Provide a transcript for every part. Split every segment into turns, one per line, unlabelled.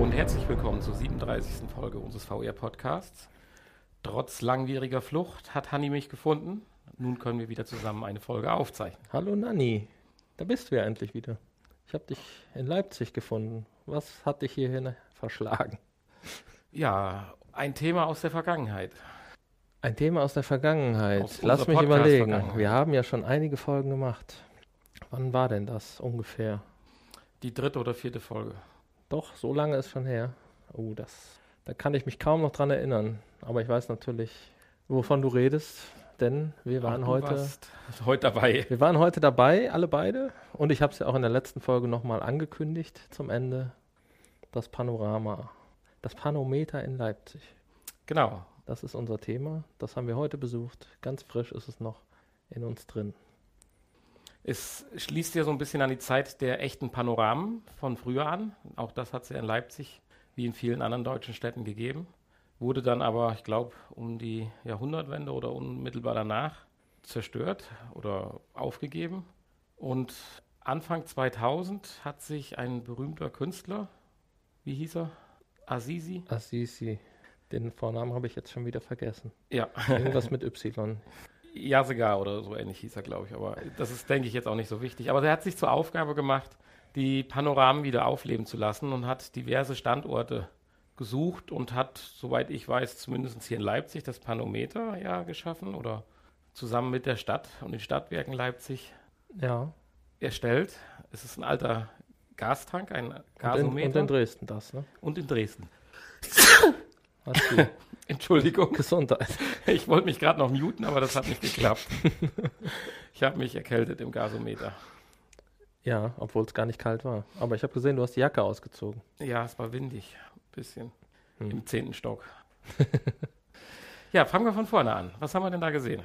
und herzlich willkommen zur 37. Folge unseres VR-Podcasts. Trotz langwieriger Flucht hat Hanni mich gefunden. Nun können wir wieder zusammen eine Folge aufzeichnen.
Hallo Nanni, da bist du ja endlich wieder. Ich habe dich in Leipzig gefunden. Was hat dich hierhin verschlagen?
Ja, ein Thema aus der Vergangenheit.
Ein Thema aus der Vergangenheit.
Aus
Lass
unserer
mich überlegen.
Podcast-Vergangenheit.
Wir haben ja schon einige Folgen gemacht. Wann war denn das ungefähr?
Die dritte oder vierte Folge.
Doch, so lange ist schon her. Oh, das. Da kann ich mich kaum noch dran erinnern. Aber ich weiß natürlich, wovon du redest, denn wir waren
Auch du
heute.
warst heute dabei.
Wir waren heute dabei, alle beide. Und ich habe es ja auch in der letzten Folge nochmal angekündigt zum Ende. Das Panorama. Das Panometer in Leipzig.
Genau.
Das ist unser Thema. Das haben wir heute besucht. Ganz frisch ist es noch in uns drin.
Es schließt ja so ein bisschen an die Zeit der echten Panoramen von früher an. Auch das hat es ja in Leipzig wie in vielen anderen deutschen Städten gegeben. Wurde dann aber, ich glaube, um die Jahrhundertwende oder unmittelbar danach zerstört oder aufgegeben. Und Anfang 2000 hat sich ein berühmter Künstler, wie hieß er? Azizi?
Assisi. Den Vornamen habe ich jetzt schon wieder vergessen.
Ja,
Irgendwas mit Y.
Yasegar oder so ähnlich hieß er, glaube ich. Aber das ist, denke ich, jetzt auch nicht so wichtig. Aber er hat sich zur Aufgabe gemacht, die Panoramen wieder aufleben zu lassen und hat diverse Standorte gesucht und hat, soweit ich weiß, zumindest hier in Leipzig das Panometer ja geschaffen oder zusammen mit der Stadt und den Stadtwerken Leipzig
Ja.
erstellt. Es ist ein alter Gastank, ein
Und in, und
Gasometer
in Dresden das, ne?
und in Dresden.
Assi.
Entschuldigung.
Gesundheit.
Ich wollte mich gerade noch muten, aber das hat nicht geklappt. Ich habe mich erkältet im Gasometer.
Ja, obwohl es gar nicht kalt war. Aber ich habe gesehen, du hast die Jacke ausgezogen.
Ja, es war windig. Ein bisschen.
Hm.
Im zehnten Stock. ja, fangen wir von vorne an. Was haben wir denn da gesehen?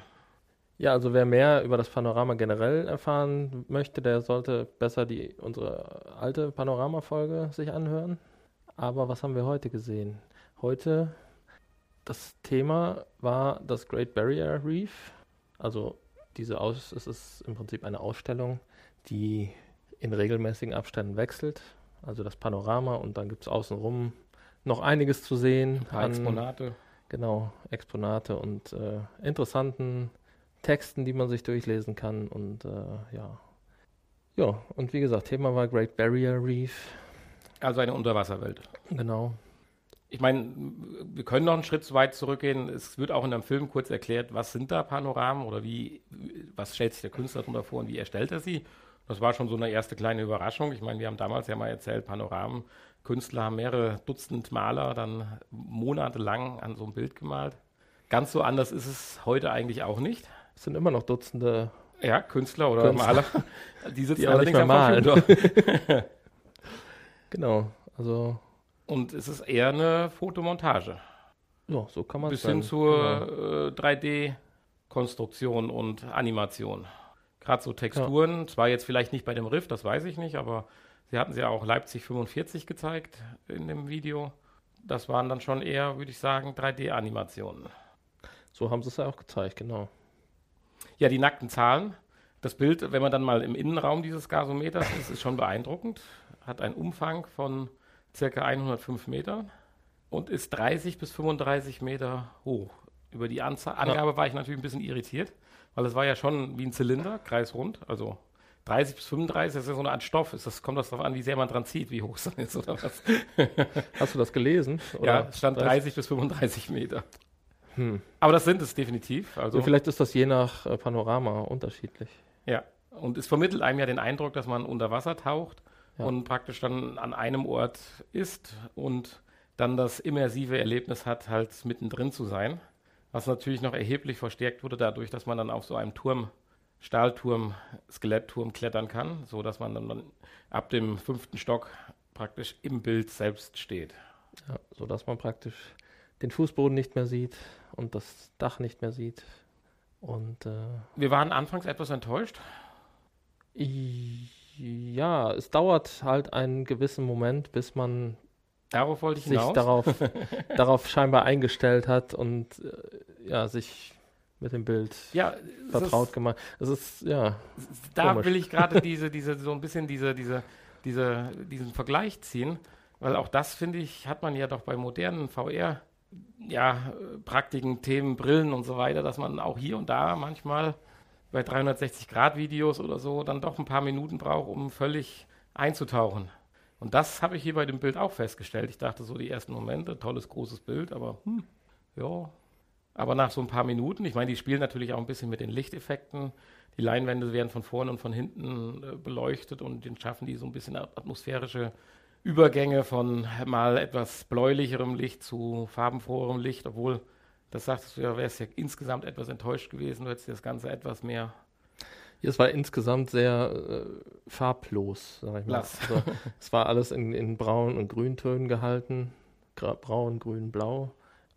Ja, also wer mehr über das Panorama generell erfahren möchte, der sollte besser die unsere alte Panorama-Folge sich anhören. Aber was haben wir heute gesehen? Heute das Thema war das Great Barrier Reef. Also diese Aus es ist im Prinzip eine Ausstellung, die in regelmäßigen Abständen wechselt. Also das Panorama und dann gibt es außenrum noch einiges zu sehen.
Ein paar
an-
Exponate.
Genau, Exponate und äh, interessanten Texten, die man sich durchlesen kann. Und äh, ja. Ja, und wie gesagt, Thema war Great Barrier Reef.
Also eine Unterwasserwelt.
Genau.
Ich meine, wir können noch einen Schritt zu weit zurückgehen. Es wird auch in einem Film kurz erklärt, was sind da Panoramen oder wie, was stellt sich der Künstler darunter vor und wie erstellt er sie. Das war schon so eine erste kleine Überraschung. Ich meine, wir haben damals ja mal erzählt, Panoramen, Künstler haben mehrere Dutzend Maler dann monatelang an so einem Bild gemalt. Ganz so anders ist es heute eigentlich auch nicht.
Es sind immer noch Dutzende.
Ja, Künstler oder
Künstler.
Maler, die sitzen
Die auch nicht
allerdings am
mehr malen.
Computer.
Genau. Also,
Und es ist eher eine Fotomontage.
ja, so kann man es
bis hin
sagen. Genau.
zur äh, 3D-Konstruktion und Animation. Gerade so Texturen, zwar jetzt vielleicht nicht bei dem Riff, das weiß ich nicht, aber sie hatten sie ja auch Leipzig 45 gezeigt in dem Video. Das waren dann schon eher, würde ich sagen, 3D-Animationen.
So haben sie es ja auch gezeigt, genau.
Ja, die nackten Zahlen. Das Bild, wenn man dann mal im Innenraum dieses Gasometers ist, ist schon beeindruckend. Hat einen Umfang von circa 105 Metern und ist 30 bis 35 Meter hoch. Über die Anza Angabe war ich natürlich ein bisschen irritiert, weil es war ja schon wie ein Zylinder, kreisrund. Also 30 bis 35, das ist ja so eine Art Stoff. Ist das, kommt das darauf an, wie sehr man dran zieht, wie hoch es dann ist oder was?
Hast du das gelesen?
ja, es stand
Weißt-
30 bis 35 Meter.
Hm.
Aber das sind es definitiv. Also
Also vielleicht ist das je nach äh, Panorama unterschiedlich.
Ja, und es vermittelt einem ja den Eindruck, dass man unter Wasser taucht
Ja.
und praktisch dann an einem Ort ist und dann das immersive Erlebnis hat, halt mittendrin zu sein. Was natürlich noch erheblich verstärkt wurde dadurch, dass man dann auf so einem Turm, Stahlturm, Skelettturm klettern kann, so dass man dann, dann ab dem fünften Stock praktisch im Bild selbst steht.
Ja, sodass man praktisch den Fußboden nicht mehr sieht und das Dach nicht mehr sieht. Und äh,
Wir waren anfangs etwas enttäuscht.
I- Ja, es dauert halt einen gewissen Moment, bis man
Darauf wollte ich
sich
hinaus.
darauf, darauf scheinbar eingestellt hat und äh, ja, sich mit dem Bild
ja, es
vertraut
ist-
gemacht. Es ist, ja,
da
Komisch.
will ich gerade diese, diese, so ein bisschen diese, diese, diese, diesen Vergleich ziehen. Weil auch das, finde ich, hat man ja doch bei modernen VR, ja, Praktiken, Themen, Brillen und so weiter, dass man auch hier und da manchmal bei 360-Grad-Videos oder so dann doch ein paar Minuten braucht, um völlig einzutauchen. Und das habe ich hier bei dem Bild auch festgestellt. Ich dachte so die ersten Momente, tolles, großes Bild, aber hm, ja. Aber nach so ein paar Minuten, ich meine, die spielen natürlich auch ein bisschen mit den Lichteffekten. Die Leinwände werden von vorne und von hinten äh, beleuchtet und dann schaffen die so ein bisschen atmosphärische Übergänge von mal etwas bläulicherem Licht zu farbenfroherem Licht, obwohl, das sagtest du ja, wärst ja insgesamt etwas enttäuscht gewesen, du hättest dir das Ganze etwas mehr
ja, es war insgesamt sehr äh, farblos, sag ich mal.
Blass.
Also, es war alles in, in Braun- und Grüntönen gehalten. Gra Braun, Grün, Blau.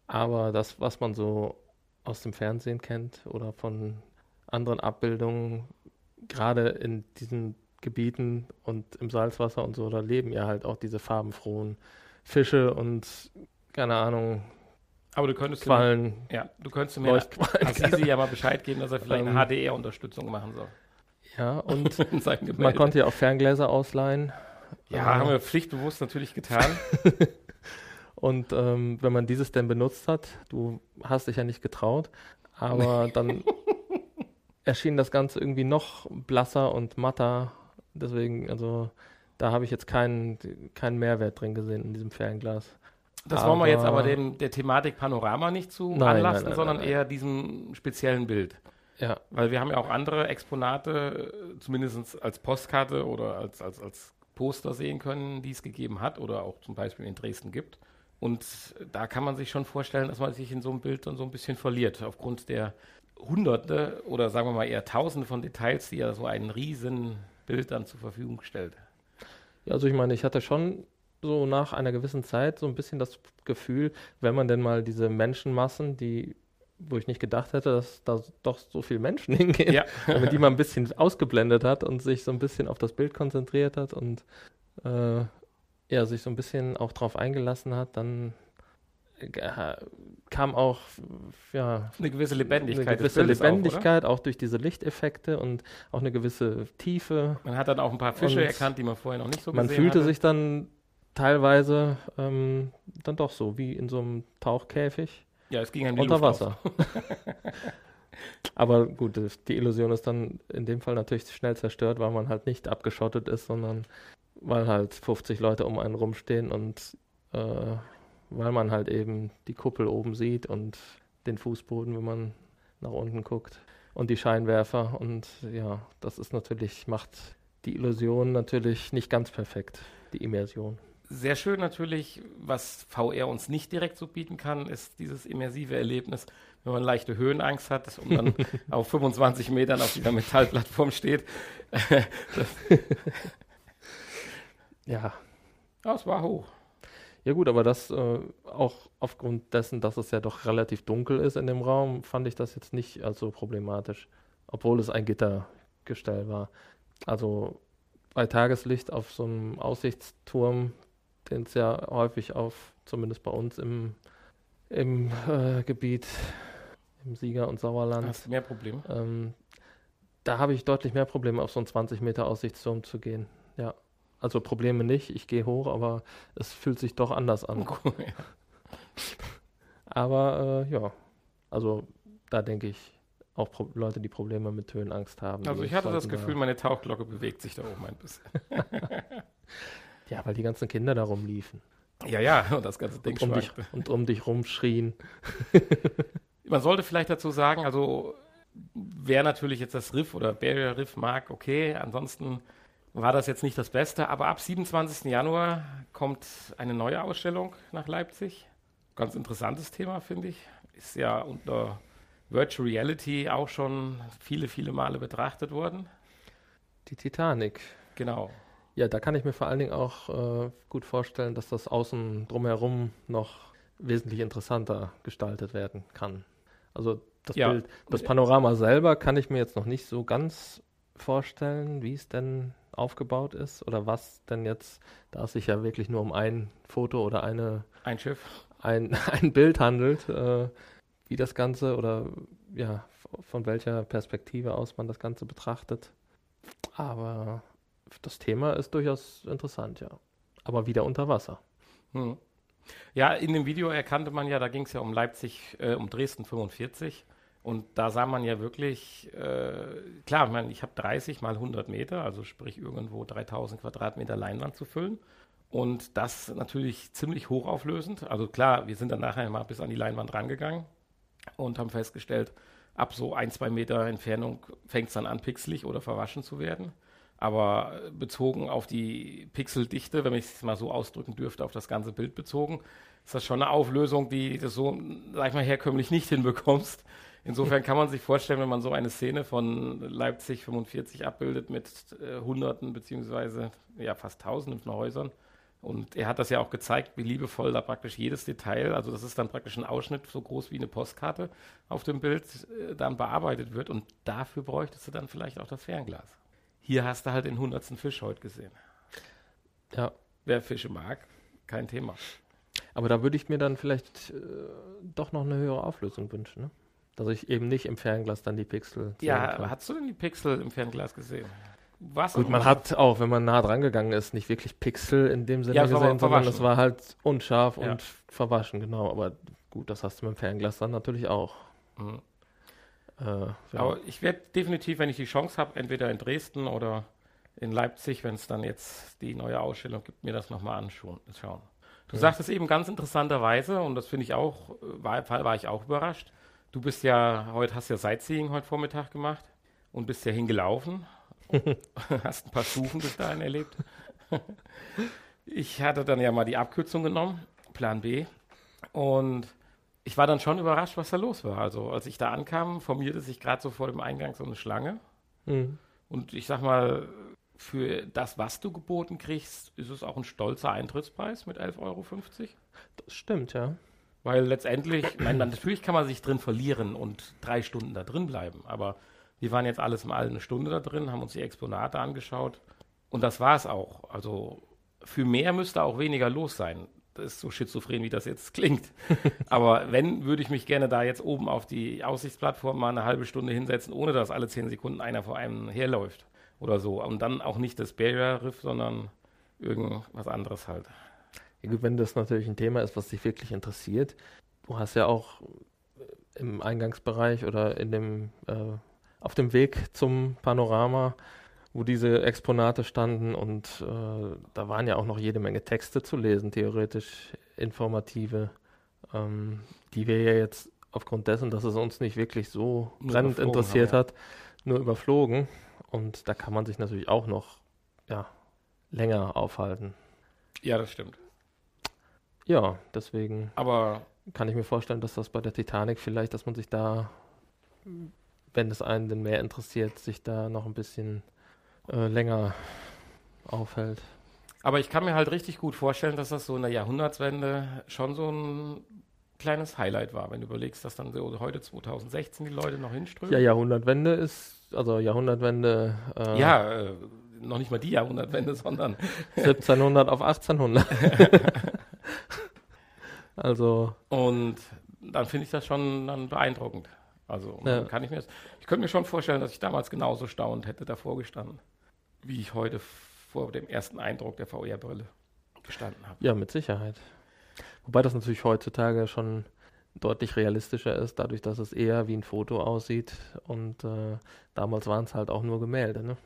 Aber das, was man so aus dem Fernsehen kennt oder von anderen Abbildungen, gerade in diesen Gebieten und im Salzwasser und so, da leben ja halt auch diese farbenfrohen Fische und, keine Ahnung,
Aber du könntest mir,
Quallen,
ja, du könntest mir
Leuchtquallen.
Assisi ja mal Bescheid geben, dass er vielleicht
Ähm.
eine HDR-Unterstützung machen soll.
Ja, und
In seinem
man
Gemälde.
konnte ja auch Ferngläser ausleihen.
ja,
Äh,
haben wir pflichtbewusst natürlich getan.
Und ähm, wenn man dieses denn benutzt hat, du hast dich ja nicht getraut, aber dann erschien das Ganze irgendwie noch blasser und matter. Deswegen, also da habe ich jetzt keinen, keinen Mehrwert drin gesehen in diesem Fernglas.
Das wollen wir jetzt aber
Aber-
dem, der Thematik Panorama nicht zu
Nein, nein,
anlasten,
nein,
sondern
nein, nein.
eher diesem speziellen Bild.
Ja,
Weil wir haben ja auch andere Exponate, zumindest als Postkarte oder als, als, als Poster sehen können, die es gegeben hat oder auch zum Beispiel in Dresden gibt. Und da kann man sich schon vorstellen, dass man sich in so einem Bild dann so ein bisschen verliert, aufgrund der Hunderte oder sagen wir mal eher Tausende von Details, die ja so ein riesen Bild dann zur Verfügung stellt.
Ja, also ich meine, ich hatte schon so nach einer gewissen Zeit so ein bisschen das Gefühl, wenn man denn mal diese Menschenmassen, die, wo ich nicht gedacht hätte, dass da doch so viele Menschen hingehen,
Ja.
wenn man die mal ein bisschen ausgeblendet hat und sich so ein bisschen auf das Bild konzentriert hat und äh, ja, sich so ein bisschen auch drauf eingelassen hat, dann äh, kam auch ja
Eine gewisse Lebendigkeit.
eine
des
gewisse
Bildes auch, oder?
Lebendigkeit auch durch diese Lichteffekte und auch eine gewisse Tiefe.
Man hat dann auch ein paar Fische
Und
erkannt, die man vorher noch nicht so
Man
gesehen
fühlte
hatte.
sich dann teilweise ähm, dann doch so wie in so einem Tauchkäfig
ja, es ging einem die
unter
Luft aus.
Wasser. Aber gut, das- die Illusion ist dann in dem Fall natürlich schnell zerstört, weil man halt nicht abgeschottet ist, sondern weil halt 50 Leute um einen rumstehen und äh, weil man halt eben die Kuppel oben sieht und den Fußboden, wenn man nach unten guckt und die Scheinwerfer und ja, das ist natürlich, macht die Illusion natürlich nicht ganz perfekt, die Immersion.
Sehr schön natürlich, was VR uns nicht direkt so bieten kann, ist dieses immersive Erlebnis, wenn man leichte Höhenangst hat und dann auf 25 Metern auf dieser Metallplattform steht.
Ja,
Ja, es war hoch.
Ja gut, aber das äh, auch aufgrund dessen, dass es ja doch relativ dunkel ist in dem Raum, fand ich das jetzt nicht als so problematisch, obwohl es ein Gittergestell war. Also bei Tageslicht auf so einem Aussichtsturm, den es ja häufig auf, zumindest bei uns im, im äh, Gebiet, im Sieger und Sauerland,
Hast du mehr Probleme?
ähm, da habe ich deutlich mehr Probleme, auf so einen 20 Meter Aussichtsturm zu gehen. Ja. Also Probleme nicht, ich gehe hoch, aber es fühlt sich doch anders an. Aber äh, ja, also da denke ich auch Pro Leute, die Probleme mit Höhenangst haben.
Also
die
ich hatte das
sollten
Gefühl, meine Tauchglocke bewegt sich da oben ein bisschen.
Da, ja, weil die ganzen Kinder da rumliefen
Ja, ja, und das ganze Ding
und um, dich,
schwankt.
und um dich rumschrien.
Man sollte vielleicht dazu sagen, also wer natürlich jetzt das Riff oder Barrier Riff mag, okay, ansonsten war das jetzt nicht das Beste, aber ab 27. Januar kommt eine neue Ausstellung nach Leipzig. Ganz interessantes Thema, finde ich. Ist ja unter Virtual Reality auch schon viele, viele Male betrachtet worden.
Die Titanic.
Genau.
Ja, da kann ich mir vor allen Dingen auch äh, gut vorstellen, dass das außen drumherum noch wesentlich interessanter gestaltet werden kann. Also das
Ja.
Bild, das Panorama selber kann ich mir jetzt noch nicht so ganz vorstellen, wie es denn aufgebaut ist oder was denn jetzt, da es sich ja wirklich nur um ein Foto oder eine
Ein Schiff.
ein, ein Bild handelt, äh, wie das Ganze oder ja, v- von welcher Perspektive aus man das Ganze betrachtet. Aber das Thema ist durchaus interessant, ja. Aber wieder unter Wasser.
Hm. Ja, in dem Video erkannte man ja, da ging es ja um Leipzig, äh, um Dresden 45. Und da sah man ja wirklich, äh, klar, ich meine, ich habe 30 mal 100 Meter, also sprich irgendwo 3000 Quadratmeter Leinwand zu füllen. Und das natürlich ziemlich hochauflösend. Also klar, wir sind dann nachher mal bis an die Leinwand rangegangen und haben festgestellt, ab so ein, zwei Meter Entfernung fängt es dann an, pixelig oder verwaschen zu werden. Aber bezogen auf die Pixeldichte, wenn ich es mal so ausdrücken dürfte, auf das ganze Bild bezogen, ist das schon eine Auflösung, die du so, sag ich mal, herkömmlich nicht hinbekommst. Insofern kann man sich vorstellen, wenn man so eine Szene von Leipzig 45 abbildet mit äh, Hunderten beziehungsweise ja fast Tausenden von Häusern. Und er hat das ja auch gezeigt, wie liebevoll da praktisch jedes Detail, also das ist dann praktisch ein Ausschnitt so groß wie eine Postkarte auf dem Bild, äh, dann bearbeitet wird. Und dafür bräuchtest du dann vielleicht auch das Fernglas. Hier hast du halt den hundertsten Fisch heute gesehen.
Ja,
Wer Fische mag, kein Thema.
aber da würde ich mir dann vielleicht äh, doch noch eine höhere Auflösung wünschen, ne? Dass ich eben nicht im Fernglas dann die Pixel sehen
Ja,
kann.
aber hast du denn die Pixel im Fernglas gesehen? Was
Gut, man hat auch, wenn man nah dran gegangen ist, nicht wirklich Pixel in dem Sinne
Ja, es war
gesehen,
aber
sondern
verwaschen.
es war halt unscharf
Ja.
und verwaschen, genau. Aber gut, das hast du mit dem Fernglas dann natürlich auch.
Mhm.
Äh, ja.
Aber ich werde definitiv, wenn ich die Chance habe, entweder in Dresden oder in Leipzig, wenn es dann jetzt die neue Ausstellung gibt, mir das nochmal anschauen. schauen. Du
Ja.
sagtest eben ganz interessanterweise, und das finde ich auch, äh, war, war ich auch überrascht. Du bist ja, heute hast ja Sightseeing heute Vormittag gemacht und bist ja hingelaufen. hast ein paar Stufen bis dahin erlebt. ich hatte dann ja mal die Abkürzung genommen, Plan B. Und ich war dann schon überrascht, was da los war. Also als ich da ankam, formierte sich gerade so vor dem Eingang so eine Schlange.
Mhm.
Und ich sag mal, für das, was du geboten kriegst, ist es auch ein stolzer Eintrittspreis mit 11,50 Euro.
Das stimmt, ja.
Weil letztendlich, ich meine, man- natürlich kann man sich drin verlieren und drei Stunden da drin bleiben. Aber wir waren jetzt alles im All eine Stunde da drin, haben uns die Exponate angeschaut. Und das war es auch. Also für mehr müsste auch weniger los sein. Das ist so schizophren, wie das jetzt klingt. Aber wenn, würde ich mich gerne da jetzt oben auf die Aussichtsplattform mal eine halbe Stunde hinsetzen, ohne dass alle zehn Sekunden einer vor einem herläuft oder so. Und dann auch nicht das Barrier Riff, sondern irgendwas anderes halt.
Ja, gut, wenn das natürlich ein Thema ist, was dich wirklich interessiert, du hast ja auch äh, im Eingangsbereich oder in dem, äh, auf dem Weg zum Panorama, wo diese Exponate standen und äh, da waren ja auch noch jede Menge Texte zu lesen, theoretisch informative, ähm, die wir ja jetzt aufgrund dessen, dass es uns nicht wirklich so
Nur
brennend
überflogen
interessiert
haben, ja.
hat, nur überflogen. Und da kann man sich natürlich auch noch ja, länger aufhalten.
Ja, das stimmt.
Ja, deswegen
Aber
kann ich mir vorstellen, dass das bei der Titanic vielleicht, dass man sich da, wenn es einen denn mehr interessiert, sich da noch ein bisschen äh, länger aufhält.
Aber ich kann mir halt richtig gut vorstellen, dass das so in der Jahrhundertswende schon so ein kleines Highlight war, wenn du überlegst, dass dann so heute 2016 die Leute noch hinströmen.
Ja, Jahrhundertwende ist, also Jahrhundertwende äh,
Ja, äh, noch nicht mal die Jahrhundertwende, sondern
1700 auf 1800. also,
und dann finde ich das schon dann beeindruckend. Also und dann
Ja.
kann ich mir das, ich könnte mir schon vorstellen, dass ich damals genauso staunend hätte davor gestanden, wie ich heute vor dem ersten Eindruck der VR-Brille gestanden habe.
ja, mit Sicherheit. Wobei das natürlich heutzutage schon deutlich realistischer ist, dadurch, dass es eher wie ein Foto aussieht. Und äh, damals waren es halt auch nur Gemälde, ne?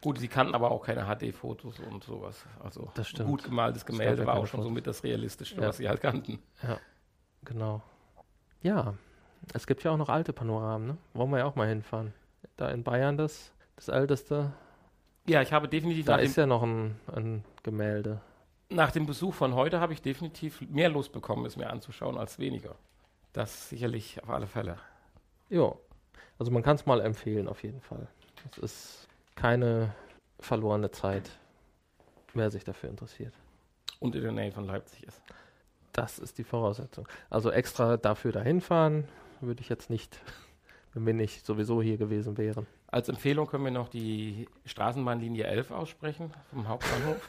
Gut, sie kannten aber auch keine HD-Fotos und sowas. Also
Das stimmt.
gut gemaltes
stand
Gemälde
ja
war
keine
auch schon
Fotos.
somit das Realistischste,
Ja.
was sie halt kannten.
Genau. Ja, es gibt ja auch noch alte Panoramen, ne? Wollen wir ja auch mal hinfahren. Da in Bayern das, das älteste.
Ja, ich habe definitiv
Da
nach dem,
ist ja noch ein, ein Gemälde.
nach dem Besuch von heute habe ich definitiv mehr Lust bekommen, es mir anzuschauen als weniger. Das sicherlich auf alle Fälle.
Jo. Also man kann es mal empfehlen, auf jeden Fall. Es ist keine verlorene Zeit, wer sich dafür interessiert.
Und in der Nähe von Leipzig ist.
Das ist die Voraussetzung. Also extra dafür dahin fahren würde ich jetzt nicht, wenn wir nicht sowieso hier gewesen wären.
Als Empfehlung können wir noch die Straßenbahnlinie 11 aussprechen vom Hauptbahnhof.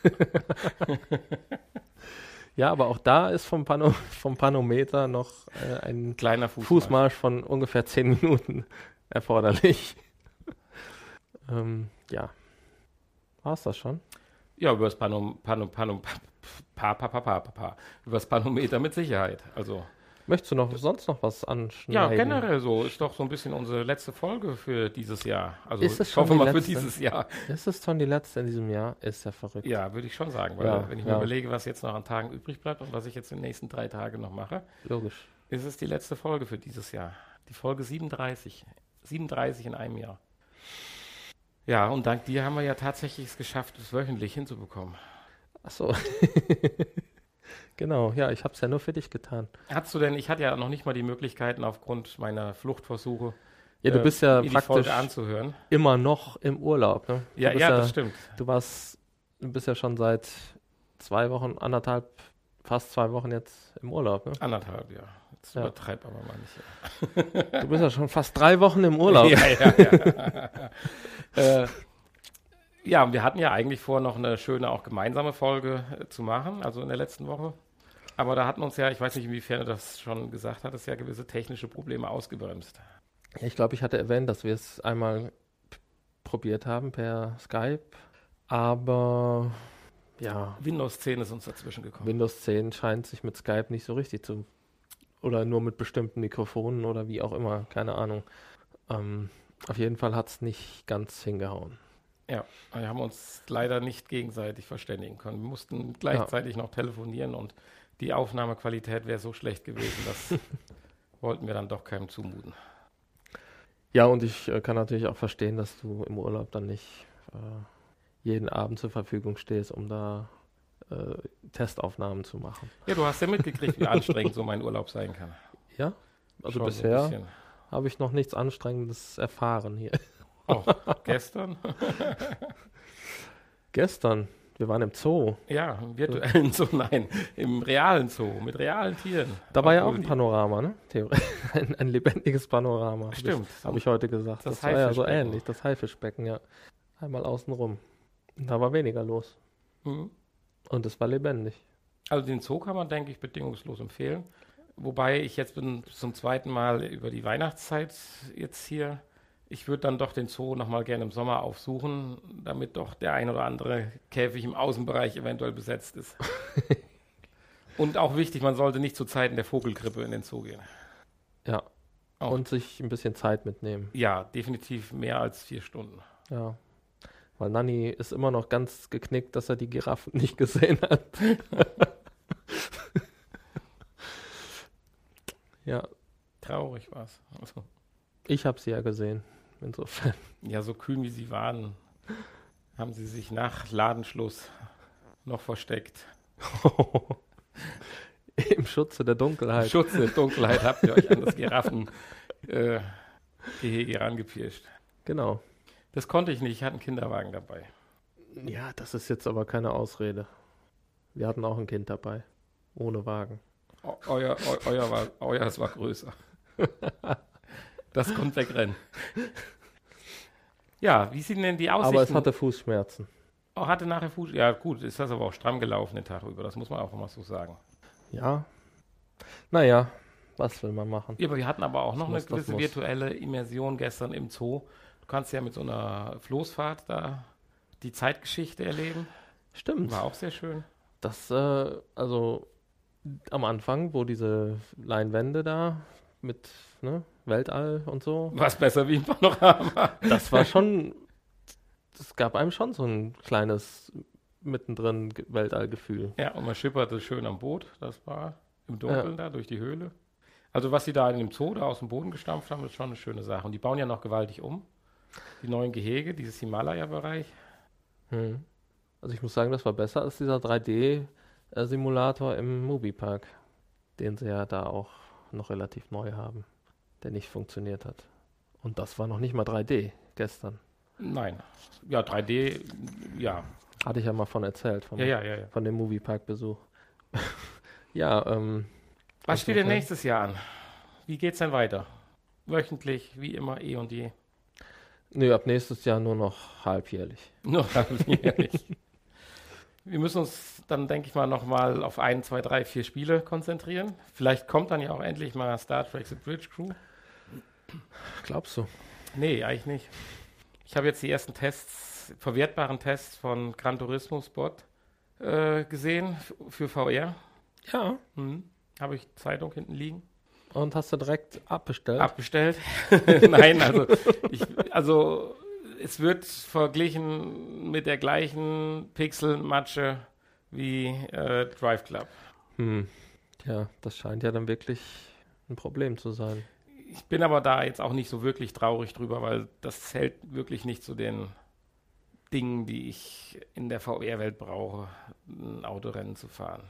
Ja, aber auch da ist vom, Pano vom Panometer noch äh, ein
Kleiner Fußmarsch.
Fußmarsch von ungefähr 10 Minuten erforderlich. ähm, ja. War es das schon?
Ja, über das Panom, Panom, Panom, pa, pa, pa, pa, pa, pa. Übers Panometer mit Sicherheit. Also,
Möchtest du noch sonst noch was anschneiden?
ja, generell so. Ist doch so ein bisschen unsere letzte Folge für dieses Jahr. Also,
Ist es
ich
schon
hoffe
die
mal für
letzte?
dieses Jahr.
Ist es schon die letzte in diesem Jahr? Ist ja verrückt.
Ja, würde ich schon sagen, weil
Ja,
wenn ich
ja.
mir überlege, was jetzt noch an Tagen übrig bleibt und was ich jetzt in den nächsten drei Tagen noch mache,
Logisch.
ist es die letzte Folge für dieses Jahr. Die Folge 37. 37 in einem Jahr. Ja, und dank dir haben wir ja tatsächlich es geschafft, es wöchentlich hinzubekommen.
Ach so. genau, ja, ich habe es ja nur für dich getan.
Hast du denn, ich hatte ja noch nicht mal die Möglichkeiten aufgrund meiner Fluchtversuche,
Ja, du
äh,
bist ja
mir die
praktisch
Folge anzuhören.
immer noch im Urlaub. Ne? Du
Ja,
bist
ja, das stimmt.
Du warst, du bist ja schon seit zwei Wochen, anderthalb, fast zwei Wochen jetzt im Urlaub. Ne?
Anderthalb, ja. Jetzt
Ja.
übertreibt aber mal nicht.
Du bist ja schon fast drei Wochen im Urlaub.
Ja, ja, ja. äh, ja, und wir hatten ja eigentlich vor, noch eine schöne, auch gemeinsame Folge äh, zu machen, also in der letzten Woche. Aber da hatten uns ja, ich weiß nicht, inwiefern du das schon gesagt hattest, ja gewisse technische Probleme ausgebremst.
Ja, Ich glaube, ich hatte erwähnt, dass wir es einmal p- probiert haben per Skype, aber ja,
Windows 10 ist uns dazwischen gekommen.
Windows 10 scheint sich mit Skype nicht so richtig zu oder nur mit bestimmten Mikrofonen oder wie auch immer, keine Ahnung. Ähm, auf jeden Fall hat es nicht ganz hingehauen.
Ja, wir haben uns leider nicht gegenseitig verständigen können. Wir mussten gleichzeitig noch telefonieren und die Aufnahmequalität wäre so schlecht gewesen, das wollten wir dann doch keinem zumuten.
Ja, und ich äh, kann natürlich auch verstehen, dass du im Urlaub dann nicht äh, jeden Abend zur Verfügung stehst, um da äh, Testaufnahmen zu machen.
Ja, du hast ja mitgekriegt, wie anstrengend so mein Urlaub sein kann.
Ja?
Schon
Also
so ein
bisher
bisschen.
habe ich noch nichts Anstrengendes erfahren hier.
Oh, gestern?
Gestern, wir waren im Zoo.
Ja, im virtuellen Zoo, nein, im realen Zoo, mit realen Tieren.
Da war ja auch
Obwohl
ein
die-
Panorama, ne? Theo- Ein, ein lebendiges Panorama. hab ich-
Stimmt.
Habe ich heute gesagt.
Das
Das, war ja so
Haifischbecken.
ähnlich, das Haifischbecken, ja. Einmal außen rum. Da war weniger los.
Mhm.
Und es war lebendig.
Also den Zoo kann man, denke ich, bedingungslos empfehlen. Wobei ich jetzt bin zum zweiten Mal über die Weihnachtszeit jetzt hier. Ich würde dann doch den Zoo nochmal gerne im Sommer aufsuchen, damit doch der ein oder andere Käfig im Außenbereich eventuell besetzt ist. Und auch wichtig, man sollte nicht zu Zeiten der Vogelgrippe in den Zoo gehen.
Ja.
Auch.
Und sich ein bisschen Zeit mitnehmen.
Ja, definitiv mehr als vier Stunden.
Ja. Weil Nanni ist immer noch ganz geknickt, dass er die Giraffen nicht gesehen hat. ja,
Traurig war es. Also.
ich habe sie ja gesehen. Insofern.
Ja, so kühn wie sie waren, haben sie sich nach Ladenschluss noch versteckt.
Im Schutze der
Im
Dunkelheit.
Schutz der Dunkelheit habt ihr euch an das Giraffengehege äh, Gehege rangepirscht.
Genau.
Das konnte ich nicht, ich hatte einen Kinderwagen dabei.
Ja, das ist jetzt aber keine Ausrede. Wir hatten auch ein Kind dabei. Ohne Wagen.
Eu euer, eu euer war, euers war größer. Das konnte wegrennen. Ja, wie sind denn die Aussichten?
Aber es hatte Fußschmerzen.
oh, hatte nachher Fuß. Ja, gut, ist das aber auch stramm gelaufen den Tag über, das muss man auch immer so sagen.
Ja. Naja, was will man machen?
Ja, aber wir hatten aber auch noch eine
muss, das
gewisse
muss.
virtuelle Immersion gestern im Zoo. Du kannst ja mit so einer Floßfahrt da die Zeitgeschichte erleben.
Stimmt.
War auch sehr schön.
Das, äh, also am Anfang, wo diese Leinwände da mit ne, Weltall und so,
War es besser wie ein Panorama.
das war schon, das gab einem schon so ein kleines mittendrin Ge- Weltallgefühl.
Ja, und man schipperte schön am Boot. Das war im Dunkeln da durch die Höhle. Also was sie da in dem Zoo da aus dem Boden gestampft haben, ist schon eine schöne Sache. Und die bauen ja noch gewaltig um. Die neuen Gehege, dieses Himalaya-Bereich.
Hm. Also ich muss sagen, das war besser als dieser 3D-Simulator im Moviepark, den sie ja da auch noch relativ neu haben, der nicht funktioniert hat. Und das war noch nicht mal 3D gestern.
Nein. Ja, 3D, ja.
Hatte ich ja mal von erzählt, vom
Ja, ja, ja. ja.
von dem Moviepark-Besuch. ja, ähm,
Was
Auf
steht denn
jeden Fall.
nächstes Jahr an? Wie geht's denn weiter? Wöchentlich, wie immer, eh und je.
nö, ab nächstes Jahr nur noch halbjährlich.
Nur halbjährlich. Wir müssen uns dann, denke ich mal, nochmal auf ein, zwei, drei, vier Spiele konzentrieren. Vielleicht kommt dann ja auch endlich mal Star Trek The Bridge Crew.
Glaubst du?
Nee, eigentlich nicht. Ich habe jetzt die ersten Tests, verwertbaren Tests von Gran Turismo Sport äh, gesehen f- für VR.
Ja.
Mhm. Habe ich Zeitung hinten liegen.
Und hast du direkt abbestellt?
Abbestellt. Nein, also, ich, also es wird verglichen mit der gleichen Pixelmatsche wie äh, Drive Club.
Hm. Tja, das scheint ja dann wirklich ein Problem zu sein.
Ich bin aber da jetzt auch nicht so wirklich traurig drüber, weil das zählt wirklich nicht zu den Dingen, die ich in der VR-Welt brauche, ein Autorennen zu fahren.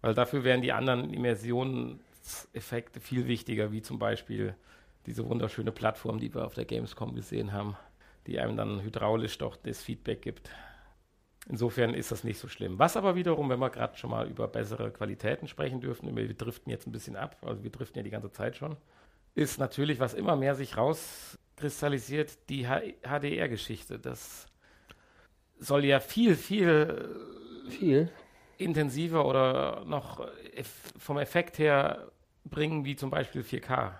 Weil dafür wären die anderen Immersionseffekte viel wichtiger, wie zum Beispiel diese wunderschöne Plattform, die wir auf der Gamescom gesehen haben, die einem dann hydraulisch doch das Feedback gibt. Insofern ist das nicht so schlimm. Was aber wiederum, wenn wir gerade schon mal über bessere Qualitäten sprechen dürfen, wir driften jetzt ein bisschen ab, also wir driften ja die ganze Zeit schon, ist natürlich, was immer mehr sich rauskristallisiert, die H- HDR-Geschichte. Das soll ja viel, viel
Viel.
intensiver oder noch eff vom Effekt her bringen, wie zum Beispiel 4K.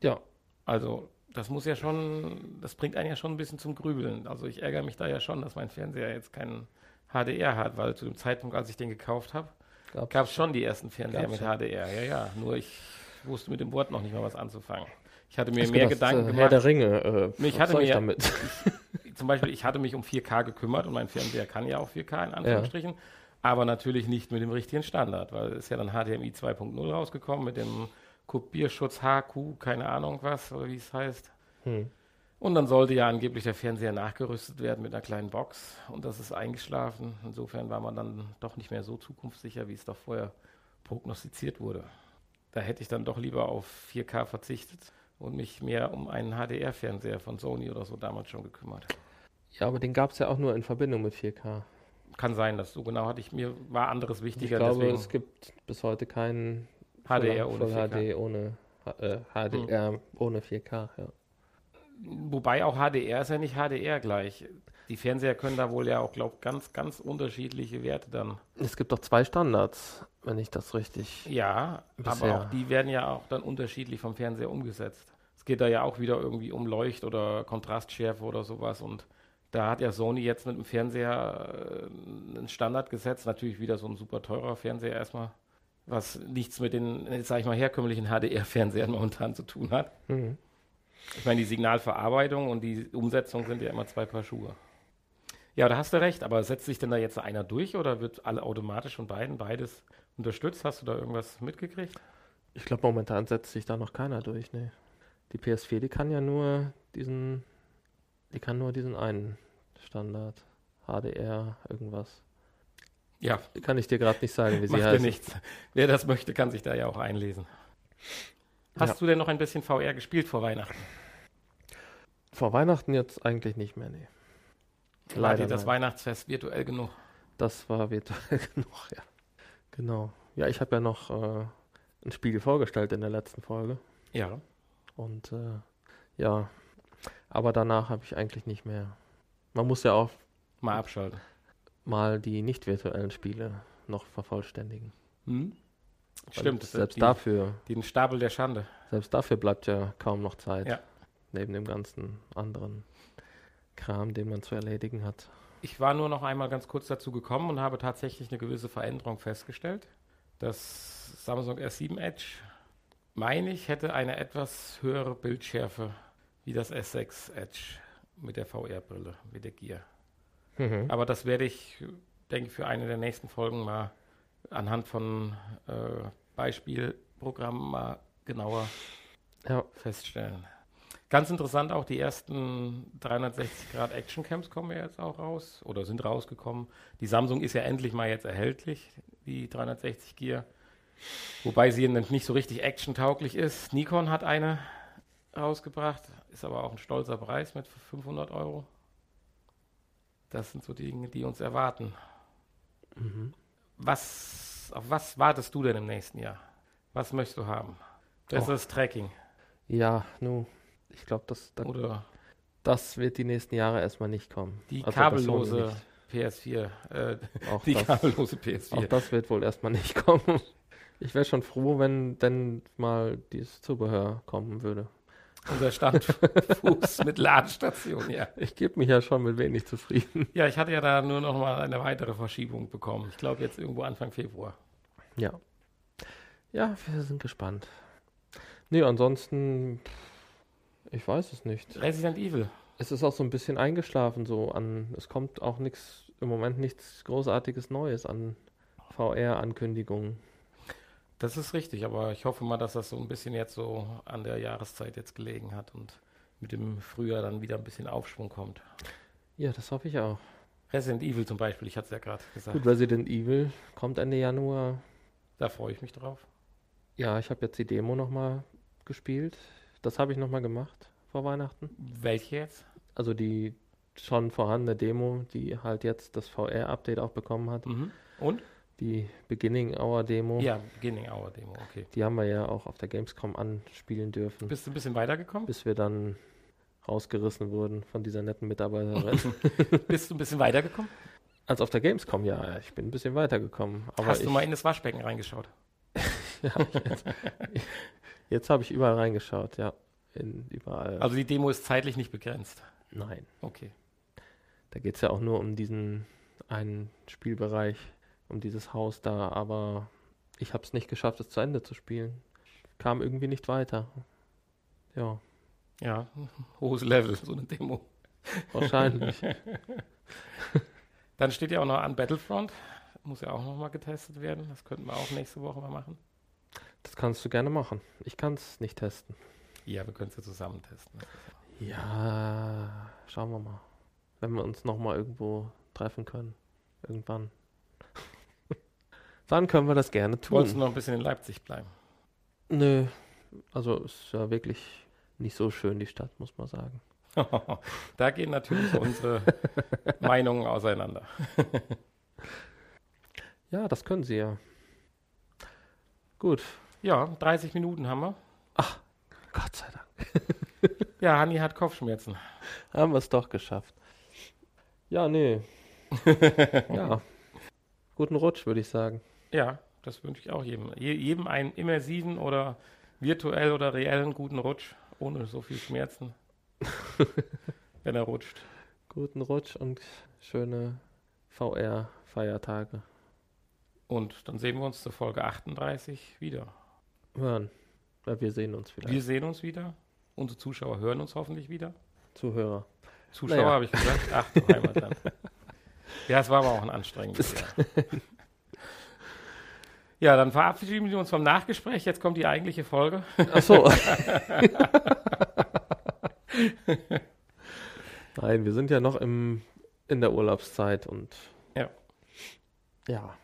Ja.
Also das muss ja schon, das bringt einen ja schon ein bisschen zum Grübeln. Also ich ärgere mich da ja schon, dass mein Fernseher jetzt keinen HDR hat, weil zu dem Zeitpunkt, als ich den gekauft habe,
Gab's.
gab es schon die ersten Fernseher mit
Gab's schon.
HDR. Ja, ja. Nur ich wusste mit dem Wort noch nicht mal was anzufangen. Ich hatte mir
Ich hab
mehr
gedacht,
Gedanken
äh, Herr
gemacht.
der Ringe. Äh,
Nee, ich
was
hatte
soll
mir-
damit?
zum Beispiel, ich hatte mich um 4K gekümmert und mein Fernseher kann ja auch 4K in Anführungsstrichen, aber natürlich nicht mit dem richtigen Standard, weil es ist ja dann HDMI 2.0 rausgekommen mit dem Kopierschutz HQ, keine Ahnung was oder wie es heißt.
Hm.
Und dann sollte ja angeblich der Fernseher nachgerüstet werden mit einer kleinen Box und das ist eingeschlafen. Insofern war man dann doch nicht mehr so zukunftssicher, wie es doch vorher prognostiziert wurde. Da hätte ich dann doch lieber auf 4K verzichtet und mich mehr um einen HDR-Fernseher von Sony oder so damals schon gekümmert.
Ja, aber den gab es ja auch nur in Verbindung mit 4K.
Kann sein, dass so genau hatte ich mir war anderes
Ich
wichtiger,
glaube,
deswegen
es gibt bis heute keinen
HDR
Full,
ohne Hm.
Full
4K.
HD ohne H- äh, HDR ohne 4K. Ja.
Wobei auch HDR ist ja nicht HDR gleich. Die Fernseher können da wohl ja auch, glaube ganz, ganz unterschiedliche Werte dann.
Es gibt doch zwei Standards, wenn ich das richtig.
Ja,
Bisher.
aber auch die werden ja auch dann unterschiedlich vom Fernseher umgesetzt. Es geht da ja auch wieder irgendwie um Leucht oder Kontrastschärfe oder sowas und da hat ja Sony jetzt mit dem Fernseher äh, einen Standard gesetzt, natürlich wieder so ein super teurer Fernseher erstmal, was nichts mit den, äh, sag ich mal, herkömmlichen HDR-Fernsehern momentan zu tun hat.
Mhm.
Ich meine, die Signalverarbeitung und die Umsetzung sind ja immer zwei Paar Schuhe. Ja, da hast du recht, aber setzt sich denn da jetzt einer durch oder wird alle automatisch von beiden beides unterstützt? Hast du da irgendwas mitgekriegt?
Ich glaube, momentan setzt sich da noch keiner durch. Nee. Die PS4, die kann ja nur diesen, die kann nur diesen einen Standard. HDR, irgendwas.
Ja,
Kann ich dir gerade nicht sagen, wie sie
macht ja
heißt.
nichts. Wer das möchte, kann sich da ja auch einlesen. Hast
Ja.
du denn noch ein bisschen VR gespielt vor Weihnachten?
Vor Weihnachten jetzt eigentlich nicht mehr, nee.
War
Leider.
dir
nein.
das Weihnachtsfest virtuell genug?
Das war virtuell genug, ja. Genau. Ja, ich habe ja noch äh, ein Spiel vorgestellt in der letzten Folge.
Ja.
Und äh, ja, aber danach habe ich eigentlich nicht mehr. Man muss ja auch
Mal abschalten.
mal die nicht virtuellen Spiele noch vervollständigen.
Hm?
Weil
Stimmt.
Selbst
die,
dafür,
Den Stapel der Schande.
selbst dafür bleibt ja kaum noch Zeit.
Ja.
Neben dem ganzen anderen Kram, den man zu erledigen hat.
Ich war nur noch einmal ganz kurz dazu gekommen und habe tatsächlich eine gewisse Veränderung festgestellt. Das Samsung S7 Edge, meine ich, hätte eine etwas höhere Bildschärfe wie das S6 Edge mit der VR-Brille, mit der Gear.
Mhm.
Aber das werde ich, denke ich, für eine der nächsten Folgen mal anhand von äh, Beispielprogrammen mal genauer
Ja.
feststellen. Ganz interessant auch, die ersten 360-Grad-Action-Camps kommen ja jetzt auch raus oder sind rausgekommen. Die Samsung ist ja endlich mal jetzt erhältlich, die 360-Gear. Wobei sie nicht so richtig actiontauglich ist. Nikon hat eine rausgebracht, ist aber auch ein stolzer Preis mit 500 Euro. Das sind so die Dinge, die uns erwarten.
Mhm.
Was, auf was wartest du denn im nächsten Jahr? Was möchtest du haben? Besseres Tracking
Ja, nu, ich glaube, das, da,
oder
das wird die nächsten Jahre erstmal nicht kommen.
die
Also das wollen wir
kabellose
nicht.
PS4. Äh,
Auch
die
das-
kabellose
Auch
PS4.
das wird wohl erstmal nicht kommen. Ich wäre schon froh, wenn denn mal dieses Zubehör kommen würde.
Unser Standfuß mit Ladestation, ja.
Ich gebe mich ja schon mit wenig zufrieden.
Ja, ich hatte ja da nur noch mal eine weitere Verschiebung bekommen. Ich glaube jetzt irgendwo Anfang Februar.
Ja. Ja, wir sind gespannt. Nee, ansonsten, ich weiß es nicht.
Resident Evil.
Es ist auch so ein bisschen eingeschlafen so an. Es kommt auch nichts, im Moment nichts großartiges Neues an VR-Ankündigungen.
Das ist richtig, aber ich hoffe mal, dass das so ein bisschen jetzt so an der Jahreszeit jetzt gelegen hat und mit dem Frühjahr dann wieder ein bisschen Aufschwung kommt.
Ja, das hoffe ich auch.
Resident Evil zum Beispiel, ich hatte es ja gerade gesagt.
Gut, Resident Evil kommt Ende Januar.
Da freue ich mich drauf.
Ja, ich habe jetzt die Demo nochmal gespielt. Das habe ich nochmal gemacht vor Weihnachten.
Welche jetzt?
Also die schon vorhandene Demo, die halt jetzt das VR-Update auch bekommen hat.
Mhm. Und?
Die Beginning Hour Demo.
Ja, Beginning Hour Demo, okay.
Die haben wir ja auch auf der Gamescom anspielen dürfen,
Bist du ein bisschen weitergekommen?
bis wir dann rausgerissen wurden von dieser netten Mitarbeiterin.
Bist du ein bisschen weitergekommen?
Als auf der Gamescom, ja, ich bin ein bisschen weitergekommen. Aber
Hast
ich,
du mal in das Waschbecken reingeschaut?
ja, jetzt jetzt habe ich überall reingeschaut, ja. In, überall.
Also die Demo ist zeitlich nicht begrenzt.
Nein.
Okay.
Da geht es ja auch nur um diesen einen Spielbereich, um dieses Haus da, aber ich habe es nicht geschafft, es zu Ende zu spielen. Ich kam irgendwie nicht weiter. Ja,
Ja, hohes Level, so eine Demo.
wahrscheinlich.
Dann steht ja auch noch an Battlefront. Muss ja auch nochmal getestet werden. Das könnten wir auch nächste Woche mal machen.
das kannst du gerne machen. Ich kann es nicht testen.
Ja, wir können es ja zusammen testen.
Ja, schauen wir mal. Wenn wir uns nochmal irgendwo treffen können. Irgendwann. Dann können wir das gerne tun.
Wolltest du noch ein bisschen in Leipzig bleiben?
Nö. Also ist ja wirklich nicht so schön, die Stadt, muss man sagen.
da gehen natürlich unsere Meinungen auseinander.
Ja, das können sie ja. Gut.
Ja, 30 Minuten haben wir.
Gott sei Dank.
Ja, Hanni hat Kopfschmerzen.
Haben wir es doch geschafft. Ja, nee. ja. Guten Rutsch, würde ich sagen.
Ja, das wünsche ich auch jedem. Je, jedem einen immersiven oder virtuell oder reellen guten Rutsch, ohne so viel Schmerzen, wenn er rutscht.
Guten Rutsch und schöne VR-Feiertage.
Und dann sehen wir uns zur Folge 38 wieder.
Hören. Ja, wir sehen uns vielleicht.
Wir sehen uns wieder. Unsere Zuschauer hören uns hoffentlich wieder.
Zuhörer.
Zuschauer
Naja.
habe ich gesagt. Ach du Heimatland. ja, es war aber auch ein anstrengendes Jahr. Ja, dann verabschieden wir uns vom Nachgespräch. Jetzt kommt die eigentliche Folge.
Ach so. Nein, wir sind ja noch im, in der Urlaubszeit und
Ja.
ja,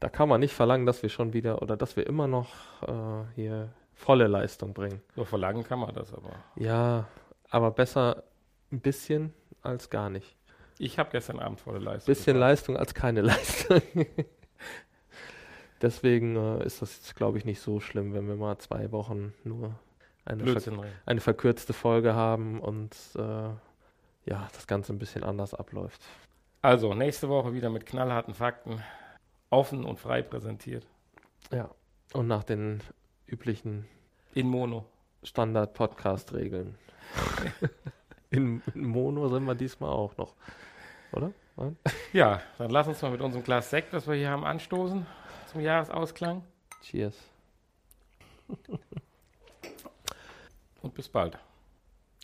da kann man nicht verlangen, dass wir schon wieder oder dass wir immer noch äh, hier volle Leistung bringen.
So verlangen kann man das aber.
Ja, aber besser ein bisschen als gar nicht.
Ich habe gestern Abend volle Leistung.
Bisschen
gebracht.
Leistung als keine Leistung. Deswegen äh, ist das, glaube ich, nicht so schlimm, wenn wir mal zwei Wochen nur eine Ver
Blödsinn reden.
eine verkürzte Folge haben und äh, ja, das Ganze ein bisschen anders abläuft.
Also, nächste Woche wieder mit knallharten Fakten. Offen und frei präsentiert.
Ja. Und nach den üblichen
In Mono.
Standard-Podcast-Regeln. in, in Mono sind wir diesmal auch noch. Oder? Nein?
Ja, dann lass uns mal mit unserem Glas Sekt, das wir hier haben, anstoßen zum Jahresausklang.
Cheers.
Und bis bald.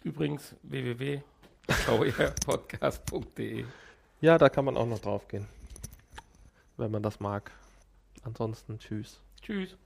Übrigens www.vrpodcast.de.
Ja, da kann man auch noch drauf gehen. Wenn man das mag. Ansonsten tschüss.
Tschüss.